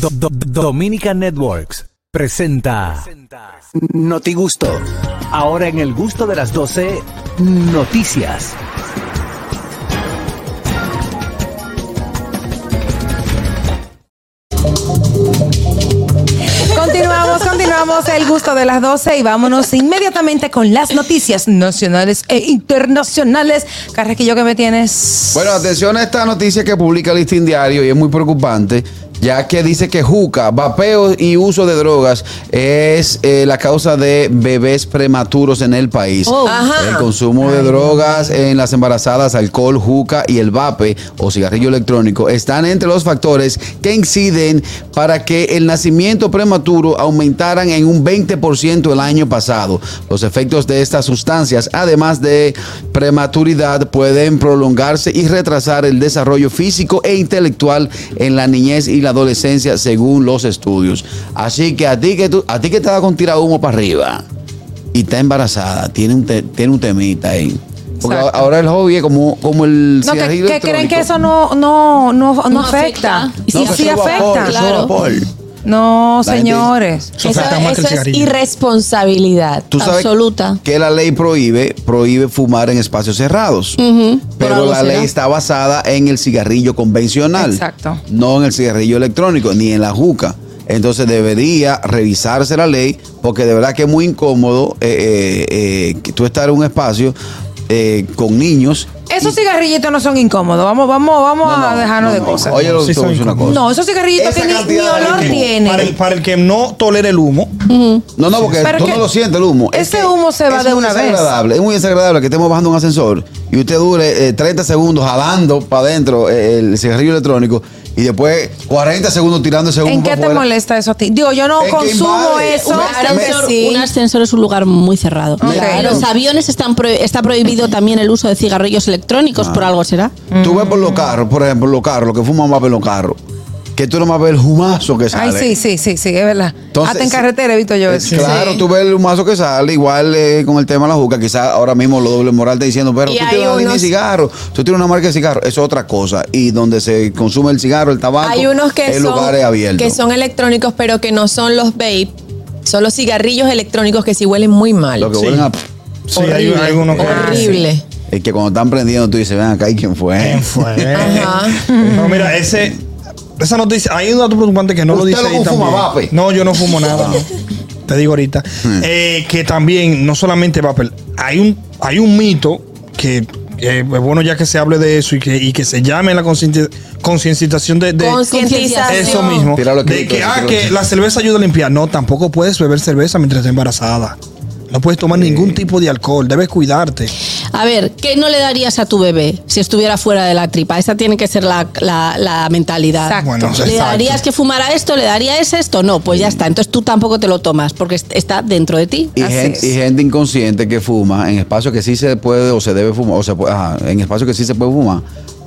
Do- Do- Dominica Networks presenta Noti Gusto. Ahora en el gusto de las 12, noticias. Continuamos, continuamos el gusto de las 12 y vámonos inmediatamente con las noticias nacionales e internacionales. Carrequillo, que me tienes? Bueno, atención a esta noticia que publica el Listín Diario y es muy preocupante, ya que dice que juca, vapeo y uso de drogas es eh, la causa de bebés prematuros en el país. Oh. Ajá. El consumo de drogas en las embarazadas, alcohol, juca y el vape o cigarrillo electrónico están entre los factores que inciden para que el nacimiento prematuro aumentaran en un 20% el año pasado. Los efectos de estas sustancias, además de prematuridad, pueden prolongarse y retrasar el desarrollo físico e intelectual en la niñez y la adolescencia, según los estudios. Así que a ti que, tú- a ti que te da con tirar humo para arriba y está embarazada, tiene un, te- tiene un temita ahí. Porque Exacto. ahora el hobby es como, como el No, que, cigarrillo que creen que electrónico. eso no, no, no, no No afecta. afecta. Y No, sí, que sí eso es afecta. vapor, eso es Claro. vapor. No, La gente- señores. Eso Eso, afecta más que el eso es cigarrillo. irresponsabilidad Tú sabes absoluta. que la ley prohíbe, prohíbe fumar en espacios cerrados. Pero algo la será. ley está basada en el cigarrillo convencional. Exacto. No en el cigarrillo electrónico, ni en la juca. Entonces debería revisarse la ley, porque de verdad que es muy incómodo eh, eh, eh, que tú estar en un espacio eh, con niños. Esos cigarrillitos no son incómodos. Vamos, vamos, vamos No, no, a dejarnos no, de no. cosas. Oye, lo Sí, te voy a son decir una incómodos. cosa. no, esos cigarrillitos Esa que ni, ni cantidad de olor humo. Ah, Para el, tienen. para el que no tolera el humo, No, no, porque Pero tú que no lo sientes el humo. ese que humo se va es de muy una vez. desagradable, Es muy desagradable que estemos bajando un ascensor y usted dure eh, 30 segundos jalando para adentro eh, el cigarrillo electrónico y después 40 segundos tirando ese humo ¿En pa' qué te afuera. molesta eso a ti? Digo, yo no Es que consumo invade. eso. Un Me- ascensor, Sí. un ascensor es un lugar muy cerrado. Me- Claro. Los aviones están pro- está prohibido también el uso de cigarrillos electrónicos, por algo será. Tú ves por Mm. los carros, por ejemplo, los carros, los que fuman más en los carros, que tú nomás ves el humazo que sale. Ay, sí, sí, sí, sí, es verdad. Entonces, Hasta en sí. carretera he visto yo Eh, eso. Claro, Sí. tú ves el humazo que sale, igual eh, con el tema de la juca, quizás ahora mismo lo doble moral está diciendo, pero Y tú hay tienes una línea de unos- cigarro, tú tienes una marca de cigarro, eso es otra cosa. Y donde se consume el cigarro, el tabaco, Hay unos que el son, lugar es abierto. que son electrónicos, pero que no son los vape. Son los cigarrillos electrónicos que sí huelen muy mal. Lo que Sí. huelen a... sí, hay, hay uno que. Horrible. Es que cuando están prendiendo, tú dices, ven acá, ¿y quién fue? ¿Quién fue? Ajá. Pero mira, ese, esa noticia, hay un dato preocupante que no lo Usted dice no ahí fuma también. vape. No, yo no fumo nada. Te digo ahorita. Eh, que también, no solamente papel, hay un, hay un mito que eh, es bueno ya que se hable de eso y que, y que se llame la concienti- concienciación de, de- Concientización. eso mismo. Tíralo aquí, de que, tíralo ah, aquí. que la cerveza ayuda a limpiar. No, tampoco puedes beber cerveza mientras estás embarazada. No puedes tomar ningún tipo de alcohol. Debes cuidarte. A ver, ¿qué no le darías a tu bebé si estuviera fuera de la tripa? Esa tiene que ser la, la- la mentalidad. Exacto. Bueno, ¿Le exacto. darías que fumara esto? ¿Le darías esto? No, pues ya está. Entonces tú tampoco te lo tomas porque est- está dentro de ti. Y Así gen- y es. gente, inconsciente que fuma en espacios que sí se puede o se debe fumar, o se puede- ajá, en espacios que sí se puede fumar.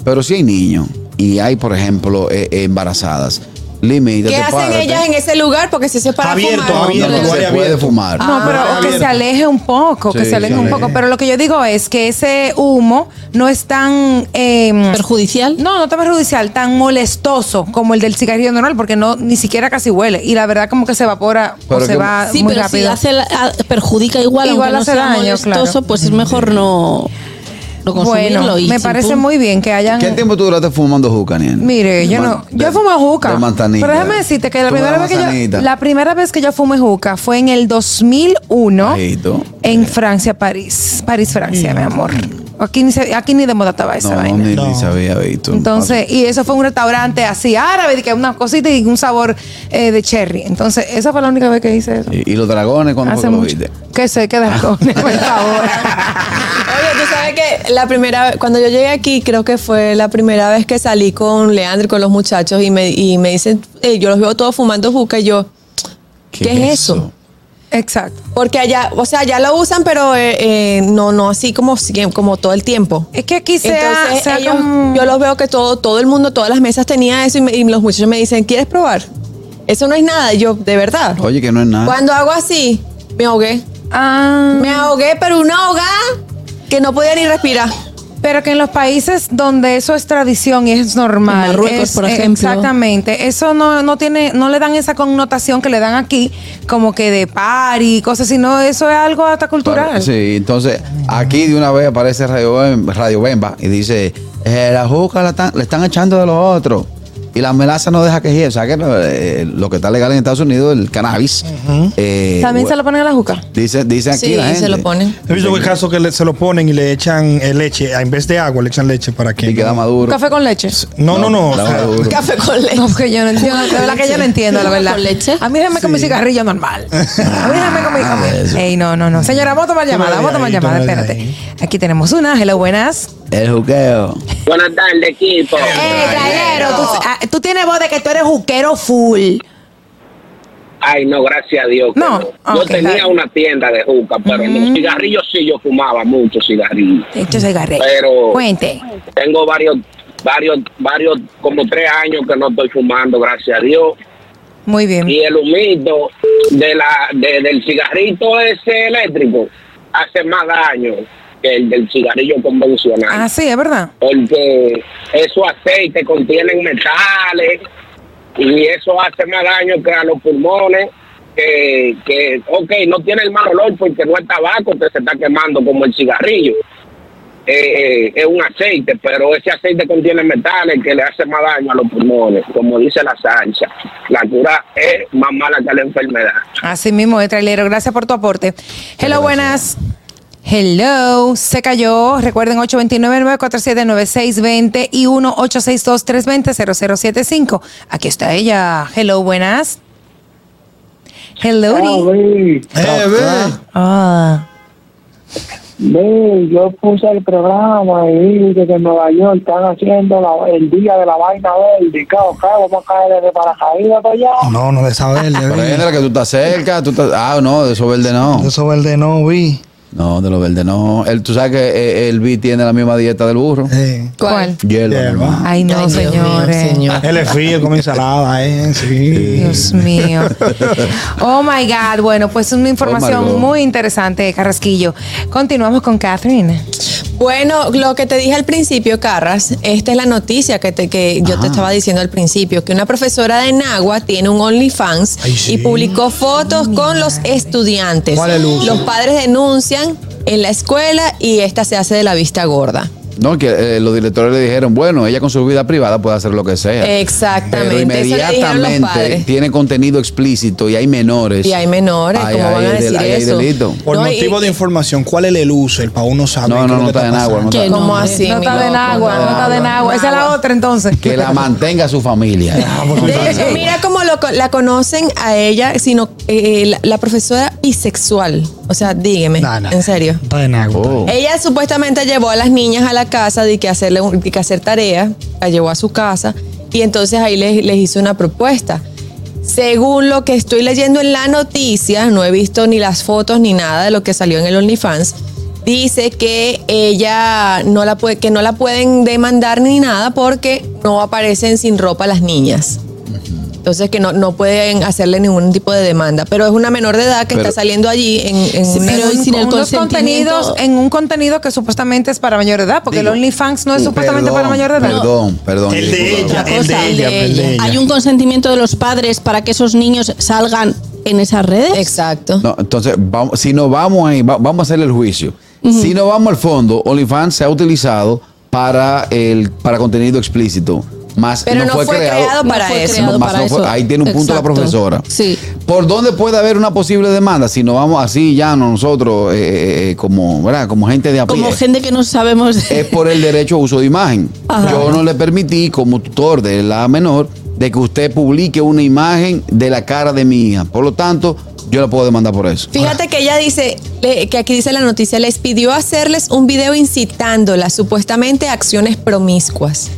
Pero si hay niños y hay, por ejemplo, eh, eh, embarazadas, limítate, ¿Qué hacen párate. ellas en ese lugar? Porque si eso es para Abierto, fumar. No, abierto, no, se área puede abierta. fumar. No, pero Ah, que se abierto. aleje un poco, que Sí, se aleje sí. un poco. Pero lo que yo digo es que ese humo no es tan... eh, ¿Perjudicial? no, no tan perjudicial, tan molestoso como el del cigarrillo normal, porque no ni siquiera casi huele. Y la verdad como que se evapora o Pero se que- va Sí, muy pero si rápido. hace la- ah, perjudica igual, Igual aunque no hace sea daño, molestoso, claro. pues es mejor no, no consumirlo. bueno, y me chimpún. parece muy bien que hayan... ¿Qué tiempo tú duraste fumando juca, Niel? Mire, yo De no, man- yo de- fumo juca. De manzanilla. Pero déjame decirte que la Tú me primera das vez que yo manzanita. la primera vez que yo fumé juca fue en el 2001 Ajito. en Francia, París, París, Francia, mi amor. Aquí ni se- aquí ni de moda estaba esa Mm. No, vaina. ni, ni No. se había visto. Entonces, y eso fue un restaurante así árabe, de que una cosita y un sabor eh, de cherry. Entonces, esa fue la única vez que hice eso. Y, y los dragones cuando Hace fue que lo mucho. viste. Que sé que dragones, por favor. Oye, tú sabes que la primera vez- cuando yo llegué aquí, creo que fue la primera vez que salí con Leandro y con los muchachos y me, y me dicen, eh, yo los veo todos fumando juca y yo, ¿qué, es eso? Exacto. Porque allá, o sea, allá lo usan, pero eh, eh, no, no así como, siem- como todo el tiempo. Es que aquí sea, Entonces, sea ellos- como- yo los veo que todo, todo el mundo, todas las mesas tenía eso y, me- y los muchachos me dicen, ¿quieres probar? Eso no es nada. Y yo, de verdad. Oye, que no es nada. Cuando hago así, me ahogué. Ah, Me ahogué, pero una ahogada que no podía ni respirar. Pero que en los países donde eso es tradición y es normal. En Marruecos, es- por eh, ejemplo. Exactamente. Eso no, no tiene, no le dan esa connotación que le dan aquí, como que de par y cosas, sino eso es algo hasta cultural. Para- Sí, entonces aquí de una vez aparece Radio, Bem- Radio Bemba y dice, eh, la juca la están- le están echando de los otros. Y la amenaza no deja que gire. O sea, que eh, lo que está legal en Estados Unidos, el cannabis. eh, También se lo ponen a la juca. Dice, dice aquí Sí, la gente. se lo ponen. He visto que hay casos que le- se lo ponen y le echan eh, leche, en vez de agua le echan leche para que... Y queda maduro. Café con leche. No, no, no. o queda sea, eh, maduro. Café con leche. No, porque yo no entiendo, de verdad que yo no entiendo, la ¿Juca verdad. con leche? A mí déjame con mi cigarrillo normal. A mí déjame con mi café. Ey, no, no, no. Señora, vamos a tomar Tú no llamada, vamos a tomar le digas llamada, ahí, tú no le espérate. Aquí tenemos una, hello, buenas. El juqueo. Buenas tardes, equipo. Eh, trailero, tú, ah, tú tienes voz de que tú eres juquero full. Ay, no, gracias a Dios. que No, Yo ok, tenía está bien. una tienda de juca, pero no. cigarrillos sí, yo fumaba muchos cigarrillos. De hecho, cigarrillo. Pero- Cuente. Tengo varios, varios, varios, como tres años que no estoy fumando, gracias a Dios. Muy bien. Y el humito de la, de- del cigarrito ese eléctrico hace más daño que el del cigarrillo convencional. Ah, sí, es verdad. porque esos aceites contienen metales y eso hace más daño que a los pulmones. Que, que, ok, no tiene el mal olor porque no es tabaco que se está quemando como el cigarrillo. Eh, eh, es un aceite, pero ese aceite contiene metales que le hace más daño a los pulmones, como dice la salsa. La cura es más mala que la enfermedad. Así mismo, de trailero. Gracias por tu aporte. Hello, buenas. Hello, se cayó. Recuerden 829-947-9620 y 1-862-320-0075. Aquí está ella. Hello, buenas. Hello. Uri. eh, ve. Ah. Ve, yo puse el programa y vi que en Nueva York están haciendo la- el día de la vaina verde. Cao, cao, vamos a caer de paracaídas para allá. No, no de saber. Pero hay gente que tú estás cerca, tú estás... Ah, no, de eso verde no. Eso verde no vi. No, de lo verde no. El, tú sabes que eh, el B tiene la misma dieta del burro. Eh. ¿Cuál? Hielo, Hielo. mi hermano. Ay, no, Ay, Dios mío, señores. señor. Él es frío, Eh, come ensalada, eh. Sí. Dios mío. Oh my God. Bueno, pues Oh, una información God. muy interesante, Carrasquillo. Continuamos con Catherine. Bueno, lo que te dije al principio, Carras, esta es la noticia que, te- que yo te estaba diciendo al principio, que una profesora de Nagua tiene un OnlyFans Ay, sí. y publicó fotos con los estudiantes. ¿Cuál es el uso? Los padres denuncian en la escuela y esta se hace de la vista gorda. No, que eh, los directores le dijeron, bueno, ella con su vida privada puede hacer lo que sea. Pero Exactamente, eso le dijeron los inmediatamente padres. tiene contenido explícito y hay menores. Y hay menores, Ahí- ¿cómo ahí van a hay del- decir ahí hay eso? delito. Por No, y- motivo de información, ¿cuál es el uso? El pa' uno sabe. No, qué no, es lo no que está en agua, no pasando. está. Que ¿Cómo no, así? no mi está de loco? agua, no está de agua. Esa es la otra entonces. Que la mantenga su familia. Ah, De hecho, mira cómo lo co- la conocen a ella, sino eh, la, la profesora bisexual. O sea, dígame, No, no, en serio. Está en agua. Oh. Ella supuestamente llevó a las niñas a la casa de que, hacerle un- de que hacer tarea, la llevó a su casa y entonces ahí les, les hizo una propuesta. Según lo que estoy leyendo en la noticia, no he visto ni las fotos ni nada de lo que salió en el OnlyFans, dice que ella no la puede, que no la pueden demandar ni nada porque no aparecen sin ropa las niñas. Entonces que no, no pueden hacerle ningún tipo de demanda, pero es una menor de edad que Pero- está saliendo allí en, en Sí, una- pero Con- y sin con el unos consentimiento- contenidos en un contenido que supuestamente es para mayor de edad, porque Digo, uh, el OnlyFans no es supuestamente Perdón, para mayor de edad. Perdón, perdón. El de disculpa. ella, Otra el cosa, de ella, el de ella. Hay un consentimiento de los padres para que esos niños salgan en esas redes. Exacto. No, entonces, vamos, si no vamos ahí, va- vamos a hacer el juicio. Si no vamos al fondo, OnlyFans se ha utilizado para, el, para contenido explícito. Más Pero no fue creado No para fue eso. creado Más para no fue- eso. ahí tiene un punto la Exacto. profesora. Sí. ¿Por dónde puede haber una posible demanda? Si no vamos así ya nosotros, eh, eh, eh, como, ¿verdad? como gente de a pie. Como gente que no sabemos. Es por el derecho a uso de imagen. Ajá. Yo no le permití, como tutor de la menor, de que usted publique una imagen de la cara de mi hija. Por lo tanto, yo la puedo demandar por eso. Fíjate que ella dice, le- que aquí dice la noticia, les pidió hacerles un video incitándolas supuestamente a acciones promiscuas.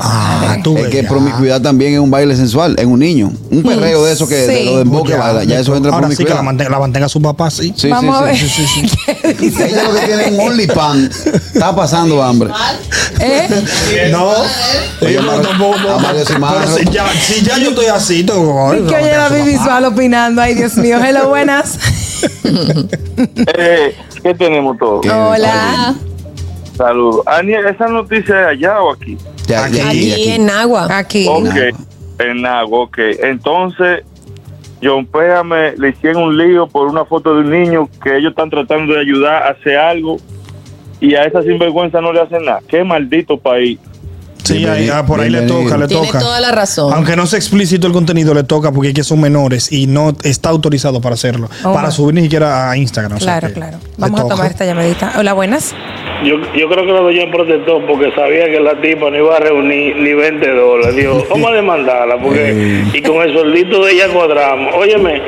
Ah, tú Es ves, que ya. promiscuidad también es un baile sensual en un niño. Mm, Un perreo de eso que de sí. lo de emboque, Ya, baila, ya eso entra en Ahora sí que la promiscuidad. mantenga, la mantenga su papá, sí. Sí, sí, Vamos a ver. sí. Ella lo que tiene es un OnlyPan. Está pasando hambre. ¿Eh? No. Oye, Yo no Mario- tampoco- a Mario Simán. Pero si ya, si ya yo estoy así, tengo Y que oye la visual opinando. Ay, Dios mío. Hello, buenas. Eh, ¿Qué tenemos todos? Que- Hola. Saludos. Ania, ¿esa noticia es allá o aquí? Ya, Aquí. ya, Aquí, ya, aquí. en agua. Aquí. Oh, ok, en Nago, ok. Entonces, John Pea me le hicieron un lío por una foto de un niño que ellos están tratando de ayudar a hacer algo y a esa sinvergüenza no le hacen nada. Qué maldito país. Sí, ahí, ah, por ahí le Bienvenido. toca, le Tiene toca. toda la razón. Aunque no sea explícito el contenido, le toca porque es que son menores y no está autorizado para hacerlo. Oh, para my. subir ni siquiera a Instagram. o sea Claro, que claro. le Vamos a toca. tomar esta llamadita. Hola, buenas. Yo, yo creo que lo doy en protector porque sabía que la tipa no iba a reunir ni 20 dólares. Digo, vamos a demandarla porque y con el soldito de ella cuadramos. Óyeme,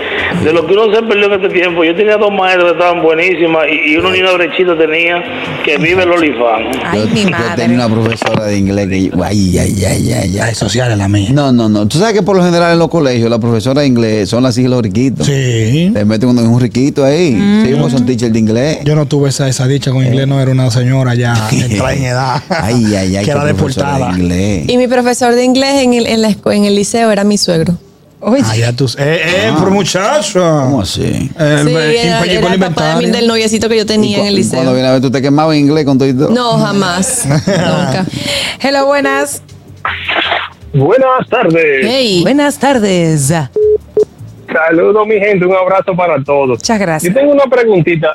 de lo que uno se perdió en este tiempo, yo tenía dos maestras que estaban buenísimas y, y uno ni una brechita tenía que vive el olifán. Ay, yo, mi yo madre. tenía una profesora de inglés que yo- ay, ay, ay, ay, ay. Las sociales, la mía. No, no, no. Tú sabes que por lo general en los colegios las profesoras de inglés son las hijas de los riquitos. Sí. Te meten uno- un riquito ahí. Sí, porque son teacher de inglés. Yo no tuve esa, esa dicha con inglés, no era una señora ya entrada en edad. Ay, ay, ay. Que era qué profesora de deportada. inglés. Y mi profesor de inglés en el, en, la escu- en el liceo era mi suegro. Oye, Ah, ya tú. Eh, eh, por muchacho. ¿Cómo así? El, sí, el- era, era el- el el papá de mi- inventario. del noviecito que yo tenía Y en cu- el y Cuando liceo. viene a ver, tú te quemabas en inglés con todo y todo. No, jamás. nunca. hello, buenas. Buenas tardes. Ey, Buenas tardes. Saludos, mi gente. Un abrazo para todos. Muchas gracias. Yo tengo una preguntita.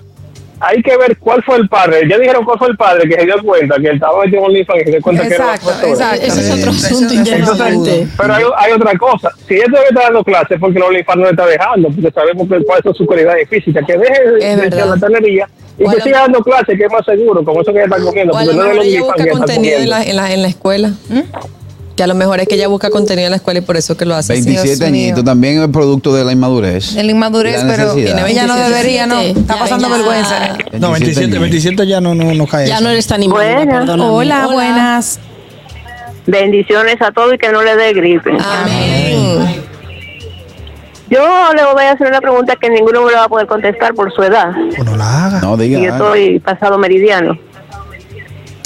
Hay que ver cuál fue el padre. Ya dijeron cuál fue el padre que se dio cuenta que estaba metido en OnlyFans y se dio cuenta Exacto, que era una persona. exacto. ese es otro Sí. asunto interesante. Entonces, pero hay, hay otra cosa. Si él todavía está dando clases, porque el OnlyFans no le está dejando, porque sabemos que cuáles son sus cualidades físicas. Que deje Es de- de verdad. charlatanería y O a que lo- siga dando clases, que es más seguro, como eso que ella está comiendo. O a Porque lo no es mejor el ella OnlyFans busca que ella está contenido en comiendo. la, en la, en la escuela. Que a lo mejor es que ella busca contenido en la escuela y por eso que lo hace. así. 27 Dios mío. añitos también es producto de la inmadurez. El inmadurez, La pero necesidad. ella no 27. debería, no. Está Ya, pasando ya. vergüenza. No, 27, 27 ya no, no, no cae. Ya eso. no eres tan inmadura, Buenas. perdóname. Hola, buenas. Bendiciones a todos y que no le dé gripe. Amén. Yo le voy a hacer una pregunta que ninguno me lo va a poder contestar por su edad. Pues no la haga. No, Y yo diga. ah, soy pasado meridiano.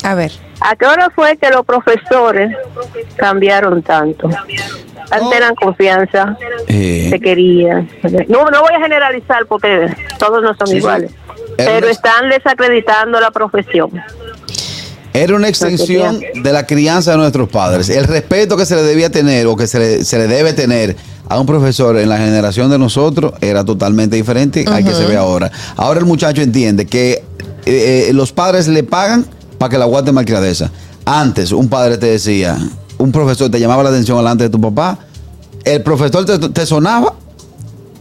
A ver. ¿A qué hora fue que los profesores cambiaron tanto? Oh. Antes eran confianza, eh, se querían. No, no voy a generalizar porque todos no son iguales. Pero Ernest. están desacreditando la profesión. Era una extensión de la crianza de nuestros padres. El respeto que se le debía tener o que se le, se le debe tener a un profesor en la generación de nosotros era totalmente diferente al que se ve ahora. Ahora el muchacho entiende que eh, eh, los padres le pagan para que la guarde malcriadeza. Antes un padre te decía, un profesor te llamaba la atención delante de tu papá, el profesor te, te sonaba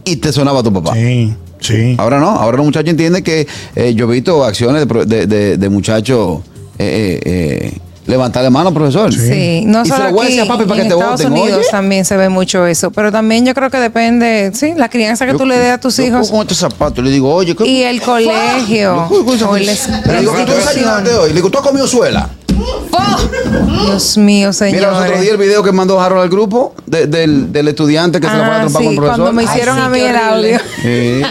y te sonaba tu papá. Sí, sí. Ahora no, ahora los muchachos entienden que eh, yo he visto acciones de, pro- de, de- de muchachos eh, eh, eh, levantarle mano, profesor. Sí, no y se solo lo voy a aquí, decir a papi para en que te Estados voten. Unidos Oye, también se ve mucho eso, pero también yo creo que depende, sí, la crianza que yo- tú le des a tus yo hijos Con estos zapatos, le digo, oye, ¿qué- y el colegio yo con estos o la zapatos? Le digo, ¿qué tú desayunaste institución. hoy? Le digo, ¿tú has comido suela? Dios mío, Mira, los otros días señores. el video que mandó Harold al grupo de- del, del estudiante que se la fue a Ah, trompar con sí, el profesor. cuando me hicieron Ay, sí, a mí qué el horrible. audio. Eh,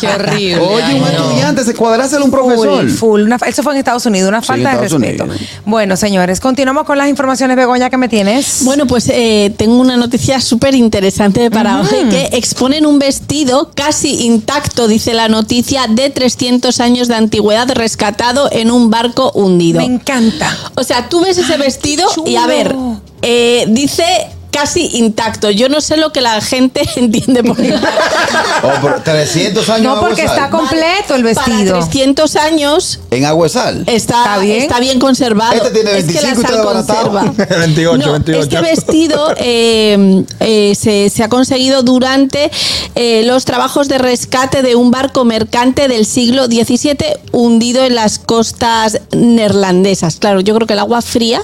Qué horrible. Oye, Ay, un no. estudiante, se cuadráselo a un profesor. Full, full. Una fa- eso fue en Estados Unidos, una Sí, falta de Estados respeto. Unidos. Bueno, señores, continuamos con las informaciones, Begoña, que me tienes. Bueno, pues eh, tengo una noticia súper interesante para OG que exponen un vestido casi intacto, dice la noticia, de 300 años de antigüedad rescatado en un barco hundido. me encanta. O sea, tú ves ese vestido y a ver, chulo. eh, dice casi intacto. Yo no sé lo que la gente entiende por Oh, pero 300 años No, en agua porque de sal. está completo el Para vestido. 300 años En agua de sal. Está, ¿Está está bien? bien, conservado. Este tiene 25 y es que está la sal desbaratado. conserva. 28, No, 28. Este vestido eh, eh, se, se ha conseguido durante eh, los trabajos de rescate de un barco mercante del siglo XVII hundido en las costas neerlandesas. Claro, yo creo que el agua fría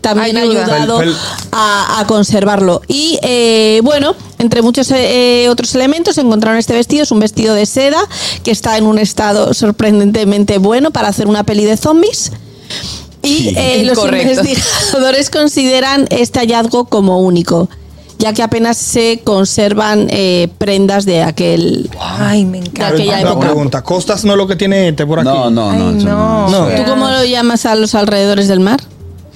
también Ayuda. ha ayudado Pel- pel- a, a conservarlo. Y eh, bueno, entre muchos eh, otros elementos encontraron este vestido. Es un vestido de seda que está en un estado sorprendentemente bueno para hacer una peli de zombies. Y eh, los Incorrecto. investigadores consideran este hallazgo como único, ya que apenas se conservan eh, prendas de aquel. Ay, me encanta. De aquella Una época. pregunta, ¿costas no es lo que tiene este por aquí? No, no, no. Ay, eso no. No. ¿Tú cómo lo llamas a los alrededores del mar?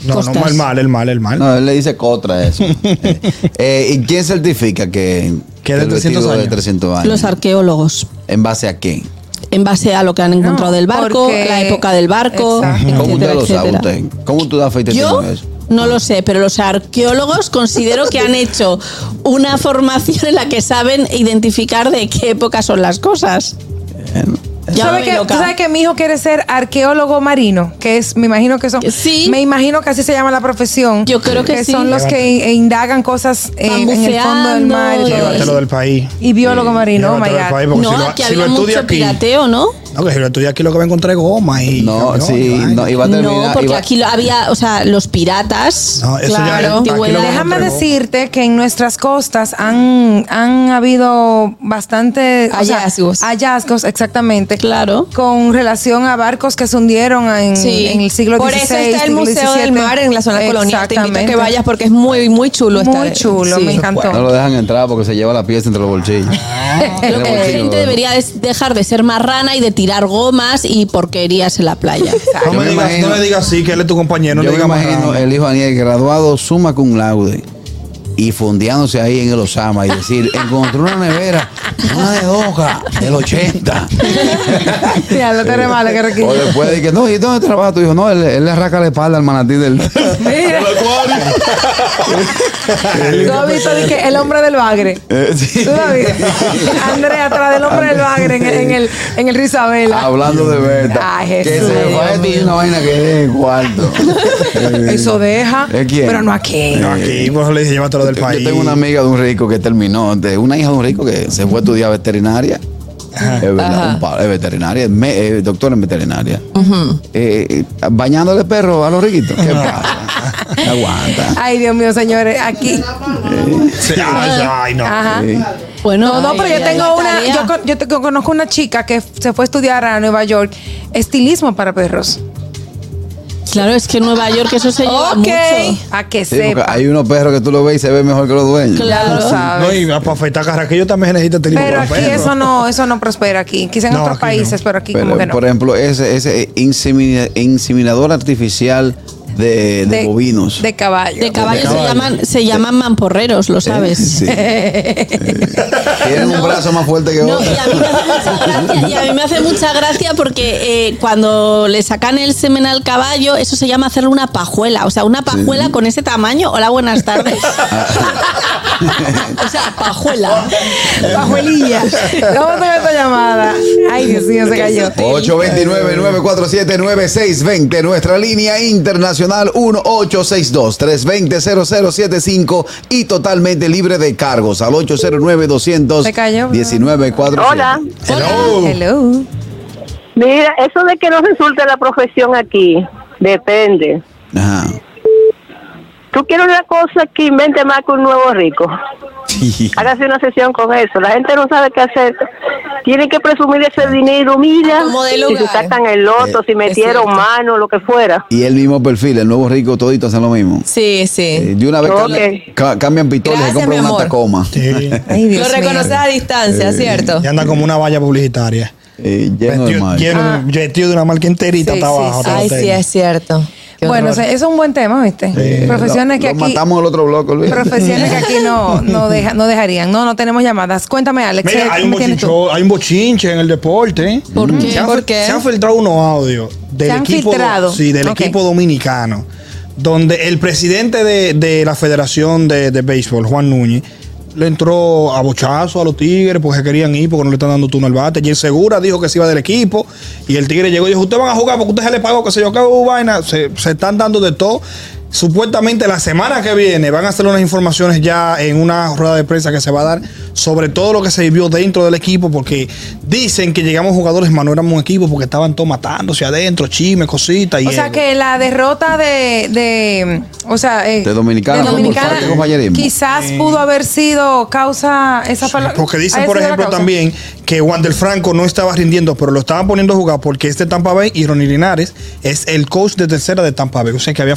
No, Costas. no, el mal, el mal, el mal. No, él le dice contra eso. Eh, eh, ¿Y quién certifica que, Que de el 300 vestido de años. 300 años? Los arqueólogos. ¿En base a qué? en base a lo que han encontrado del barco, porque- la época del barco, ¿Cómo usted etcétera, lo sabe? etcétera. Usted? ¿Cómo tú das fe y testimonio Yo de eso? no lo sé, pero los arqueólogos considero que han hecho una formación en la que saben identificar de qué época son las cosas. ¿Tú Ya sabes, me que, loca. tú sabes que mi hijo quiere ser arqueólogo marino? Que es, me imagino que son. Sí. Me imagino que así se llama la profesión. Yo creo que sí. son los que in- e indagan cosas en, en el fondo del mar. y todo Llévatelo eso. del país. Y biólogo marino, oh my Llévatelo del God. país, porque si lo, si lo estudia aquí. ¿no? No, que si lo estudia aquí lo que va a encontrar es goma y. No, camiones y sí, vaina. no, iba a terminar. no, porque iba- aquí lo había, o sea, los piratas. No, eso ya- claro. aquí lo antigüedad. vamos a Déjame entregó. decirte que en nuestras costas han, han habido bastante o sea, hallazgos, exactamente. Claro. Con relación a barcos que se hundieron en, Sí. en el siglo Por XVI. eso está el siglo Museo del XVII. Mar en la zona colonial. Te invito a que Exactamente. vayas porque es muy, muy chulo estar- Muy chulo, sí. me encantó. No lo dejan entrar porque se lleva la pieza entre los bolsillos. Ah, Tiene Lo que la bolsillo, gente ¿verdad? debería es dejar de ser marrana y de tirar gomas y porquerías en la playa. No, me digas, no le digas así, que él es tu compañero. No Yo le me digas más imagino nada. el hijo de Daniel graduado suma cum laude y fundeándose ahí en el Osama y decir, encontré una nevera, una de hoja del 80. Ya, lo te malo que requiere. O después de que, no, ¿y dónde trabaja tu hijo? No, él, él le arranca la espalda al manatí del... Mira, tú has visto de que el hombre del bagre. Eh, sí. Tú lo has visto. Andrea, atrás del hombre del bagre en, el- en el, en el Risabela. Hablando de Berta. Ay, que Jesús, se va a Dios mío. una vaina que es en cuarto. Eso deja, ¿Es quién? pero no aquí. No, aquí, pues le dije, llévatelo del Yo país. tengo una amiga de un rico que terminó, de una hija de un rico que se fue a estudiar veterinaria. Es verdad, un palo, es veterinaria, es me- es doctora en veterinaria. Eh, eh, bañándole perro a los riquitos. ¿Qué pasa? No Aguanta. Ay, Dios mío, señores, aquí. Sí, ay, ay, no. Ajá. Bueno, No, no, ay, pero ay, yo ay, tengo la una, tarea. yo, con- yo te- conozco una chica que se fue a estudiar a Nueva York estilismo para perros. Claro, es que en Nueva York eso se lleva mucho. A que Sí, ah, porque sepa. hay unos perros que tú lo ves y se ve mejor que los dueños. Ya lo Claro. sabes. No, y para afeitar carraquillo también este necesita tener pero aquí eso no, eso no prospera aquí. Quizá en No, otros aquí no. países, pero aquí Pero, eh, como que no. Por ejemplo, ese, ese insemina- inseminador artificial de, de De- bovinos. ¿Eh? De caballo. De caballos se caballo. llaman, se llaman mamporreros, lo sabes. Sí. Tienen un brazo más fuerte que No, otro. y a mí me hace mucha gracia, y a mí me hace mucha gracia porque eh, cuando le sacan el semen al caballo, eso se llama hacerle una pajuela. O sea, una pajuela con ese tamaño. Hola, buenas tardes. o sea, pajuela. Pajuelilla. Vamos a tener esta llamada. Ay, Dios mío, se cayó. Oh, 829-947-9620, nuestra línea internacional 1862-320-0075 y totalmente libre de cargos al 809 200 Se cayó, bro. 1947 Hola. Hello. Hello. Mira, eso de que no resulte la profesión aquí, depende. Ajá. Tú quieres una cosa que invente más que un nuevo rico. Hágase una sesión con eso. La gente no sabe qué hacer. Tienen que presumir ese dinero. Mira, Como de si lugar. se sacan el loto, si metieron cierto. mano, lo que fuera. Y el mismo perfil, el nuevo rico, todito hacen lo mismo. Sí, sí. Eh, De una vez Ok. cambian- ca- cambian pistolas y Gracias, compran mi una amor. tacoma. Sí. Ay, Lo Dios reconoces mío. a distancia, ¿cierto? Y anda como una valla publicitaria. Eh, lleno de Vestido, mayo. lleno- vestido de una marca enterita Ah. Sí, está sí, abajo. sí. hasta Ay, los sí, es tenis. cierto. Qué Bueno, horror. o sea, eso es un buen tema, ¿viste? Eh, Profesiones lo- que lo aquí. matamos en el otro bloque, Luis. Profesiones que aquí no, no, deja- no dejarían. No, no tenemos llamadas. Cuéntame, Alex. ¿qué- Mira, hay un, qué tienes tú? bochincho- hay un bochinche en el deporte. ¿eh? Mm. ¿Por qué? Se han, ¿Por fil- qué? se han filtrado unos audios del ¿Se han equipo, do- filtrado? sí, del Ok. equipo dominicano, donde el presidente de, de la Federación de, de Béisbol, Juan Núñez, le entró a bochazo a los Tigres porque querían ir porque no le están dando turno al bate. Y el Segura dijo que se iba del equipo y el Tigre llegó y dijo, ustedes van a jugar porque ustedes se les pagó, que se yo, que hubo vaina. Se, se están dando de todo. Supuestamente la semana que viene van a hacer unas informaciones ya en una rueda de prensa que se va a dar sobre todo lo que se vivió dentro del equipo, porque dicen que llegamos jugadores, mas no éramos un equipo porque estaban todos matándose adentro, chisme, cositas. y O sea eso. que la derrota de, de o sea, eh, De Dominicana, de fue por Dominicana, falta de compañerismo. quizás pudo haber sido causa esa Sí, palabra. Porque dicen, ¿Haya por sido la ejemplo, causa? también que Wander Franco no estaba rindiendo, pero lo estaban poniendo a jugar porque este Tampa Bay y Ronnie Linares es el coach de tercera de Tampa Bay. O sea que había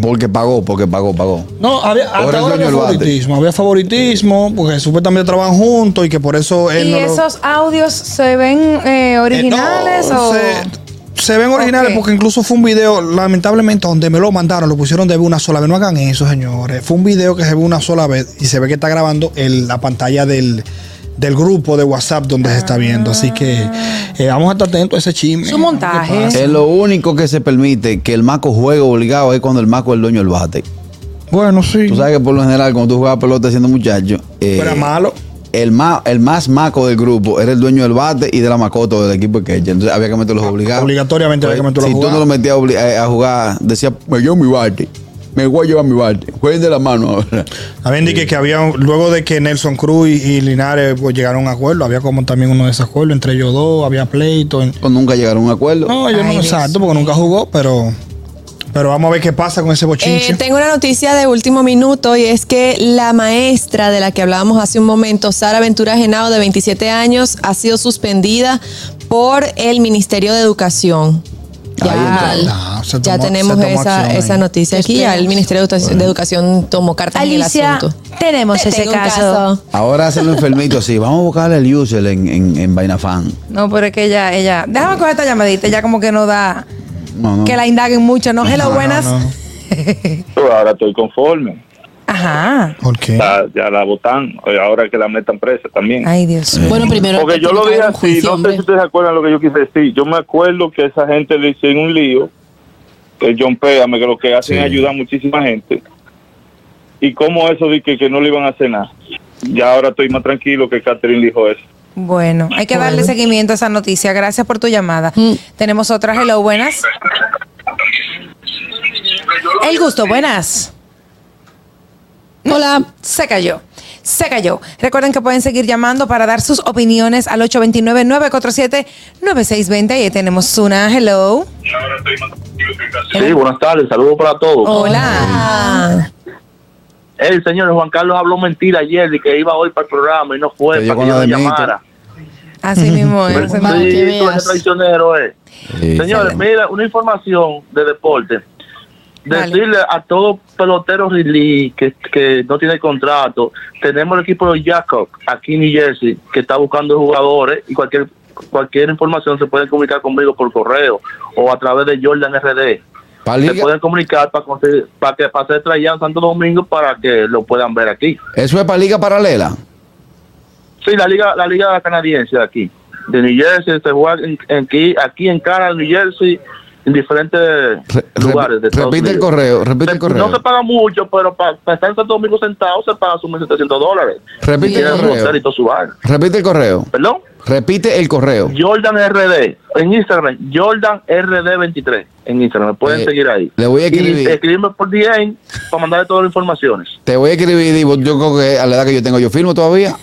O porque pagó, porque pagó, pagó. No, había, hasta Ahora el dueño ahora, había del bate. favoritismo. Había favoritismo porque supuestamente trabajan juntos y que por eso él ¿Y no lo- esos audios se ven eh, Eh, no, originales o se, se ven originales Ok. porque incluso fue un video, lamentablemente, donde me lo mandaron, lo pusieron de ver una sola vez. No hagan eso, señores. Fue un video que se ve una sola vez y se ve que está grabando el- la pantalla del, del grupo de WhatsApp donde se está viendo. Así que eh, vamos a estar atentos a ese chisme. Su montaje. Es lo único que se permite que el maco juegue obligado es cuando el maco es el dueño del bate. Bueno, sí. Tú sabes que por lo general, cuando tú jugabas pelota siendo muchacho. eh, Era malo. El más, el más maco del grupo era el dueño del bate y de la macota del equipo de Ketcher. Entonces había que meterlos obligados. Ah, Pues, Obligatoriamente había que meterlo si a jugar. tú no lo metías obli- eh, a, a jugar, decía, me llevo mi bate. Me voy a llevar mi bate. Jueguen de la mano ahora. También dije que había, luego de que Nelson Cruz y, y Linares pues, llegaron a un acuerdo, había como también uno desacuerdo entre ellos dos, había pleito. en- Pues nunca llegaron a un acuerdo. No, yo no Ay, Dios. exacto, porque nunca jugó, pero, pero vamos a ver qué pasa con ese bochinche. Eh, tengo una noticia de último minuto y es que la maestra de la que hablábamos hace un momento, Sara Ventura Genao, de 27 años, ha sido suspendida por el Ministerio de Educación. Ya, entonces, no, Ah, se ya tomó- tenemos se tomó esa, acción ahí. esa noticia aquí. Ya el Ministerio de Educación, de Educación tomó cartas en el Alicia, asunto. tenemos Te ese tengo un caso. Ahora hacen lo enfermito así. Vamos a buscarle el user en, en, en Vaina Fan. No, pero es que ella, ella. Déjame coger esta llamadita, ella como que no da. No, no. Que la indaguen mucho, ¿no? Hello, No, no, buenas. no. Yo ahora estoy conforme. Ajá. ¿Por qué? Ya, ya la votan. eh, Ahora que la metan presa también. Ay, Dios Eh, mío. Bueno, primero. Porque que yo tiene lo que dije haber un así, juicio, no sé hombre. si ustedes se acuerdan lo que yo quise decir. Yo me acuerdo que esa gente le hicieron un lío, el John Péame, que lo que hacen Sí. es ayudar a muchísima gente. Y como eso de que, que no le iban a hacer nada. Ya ahora estoy más tranquilo que Catherine dijo eso. Bueno, Mm. hay que darle seguimiento a esa noticia. Gracias por tu llamada. Tenemos otra. Hello, buenas. El gusto, buenas. Hola. Se cayó. Se cayó. Recuerden que pueden seguir llamando para dar sus opiniones al 829-947-9620. Y ahí tenemos una. Hello. Sí, buenas tardes, saludos para todos. Oh. Hola. El señor Juan Carlos habló mentira ayer de que iba hoy para el programa y no Se fue llegó para que con yo la le de Mito. llamara. Así mismo es. Para que Sí, tú veas. eres traicionero, eh. Sí. Señores, mira, una información de deporte. Dale. Decirle a todos peloteros release que, que no tiene contrato, tenemos el equipo de Jacob aquí en New Jersey que está buscando jugadores y cualquier cualquier información se puede comunicar conmigo por correo o a través de Jordan RD. Pa' Se liga- pueden comunicar para conseguir- para que pase el tryout en Santo Domingo para que lo puedan ver aquí. Eso es para liga paralela. Sí, la liga, la liga canadiense de aquí, de New Jersey, se juega en, en aquí, aquí en Canadá, New Jersey, en diferentes Re- lugares de rep- Estados repite el Unidos. correo, repite Se- el correo. No se paga mucho, pero para estar en Santo Domingo sentado se paga sus 1.700 dólares. Repite Tiene el su correo. hotel y todo su bar. Repite el correo. ¿Perdón? Repite el correo. Jordan RD en Instagram, Jordan RD23 en Instagram, me pueden Eh, seguir ahí. le voy a Y escribir. escribirme por DM para mandarle todas las informaciones. Te voy a escribir, Divo. Yo creo que a la edad que yo tengo, yo firmo todavía.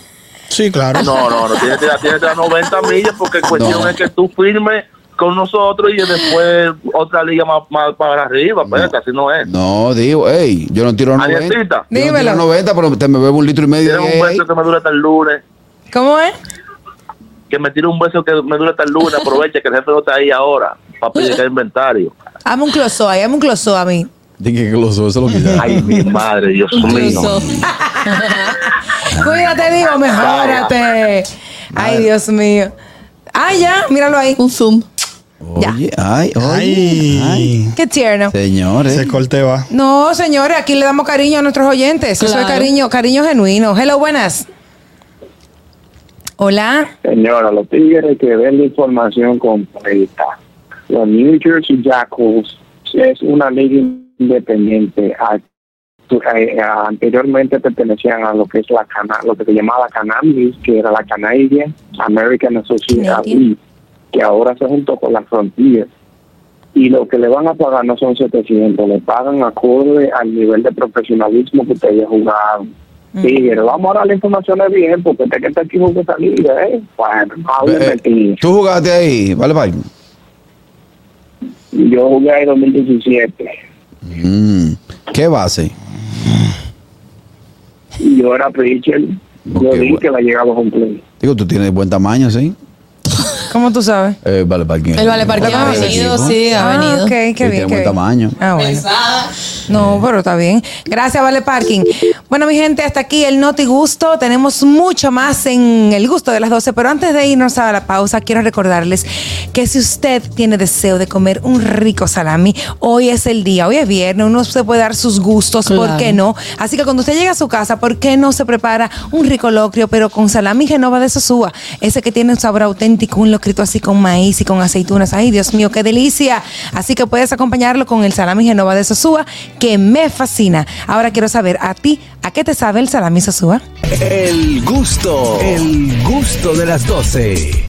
Sí, claro. ah, No, no, no, tienes que dar tienes que dar 90 millas porque cuestión No. es que tú firmes con nosotros y después otra liga más, más para arriba, pero así no es. No, Divo, ey, yo no tiro 90. Arielcita, Yo no Dímelo. tiro 90, pero te me bebo un litro y medio. tienes un de beso que me dura hasta el lunes, ¿Cómo es? que me tire un beso que me dura hasta el lunes, aprovecha que el jefe no está ahí ahora para pedir que hay inventario. Hazme un close ahí, hazme un close a mí. Dije que lo eso lo quita. Ay, mi madre, Dios mío. Incluso. Cuídate, digo, mejórate. Ay, Dios mío. Ah, ya, míralo ahí. Un zoom. Oye, ay, oye. Ay, Ay. Qué tierno. Señores. se corteba. No, señores, aquí le damos cariño a nuestros oyentes. Eso es Claro. cariño, cariño genuino. Hello, buenas. Hola. Señora, los tigres que ven la información completa. Los New Jersey Jackals es una liga independiente. A- tu- eh, a- anteriormente pertenecían a lo que es la Cana- lo que se llamaba Canamis, que era la Canadian American Association Canadian. League, que ahora se juntó con la Frontier. Y lo que le van a pagar no son 700, le pagan acorde al nivel de profesionalismo que ustedes jugaron. Tigre, vamos a dar la información de bien, porque usted que está aquí jugó esa liga, ¿eh? Bueno, hábleme, Eh, tigre. Tú jugaste ahí, vale, vale. Yo jugué ahí en 2017. Mm, ¿Qué base? Y yo era pitcher. Ok, yo vi bueno. que la llegaba a cumplir. Digo, tú tienes buen tamaño, ¿sí? ¿Cómo tú sabes? Eh, vale, parking. El Vale Parking ha venido, sí, ha Ah, venido. ok, qué tiene bien. qué buen bien. tamaño. Ah, bueno. No, pero está bien. Gracias, Vale Parking. Bueno, mi gente, hasta aquí el Noti Gusto. Tenemos mucho más en el gusto de las 12, pero antes de irnos a la pausa, quiero recordarles que si usted tiene deseo de comer un rico salami, hoy es el día, hoy es viernes, uno se puede dar sus gustos, ¿por Claro. qué no? Así que cuando usted llega a su casa, ¿por qué no se prepara un rico locrio, pero con salami Genova de Sosúa? Ese que tiene un sabor auténtico, un locrito así con maíz y con aceitunas. Ay, Dios mío, qué delicia. Así que puedes acompañarlo con el salami Genova de Sosúa, que me fascina. Ahora quiero saber, ¿a ti a qué te sabe el salami Sosúa? El gusto, el gusto de las 12.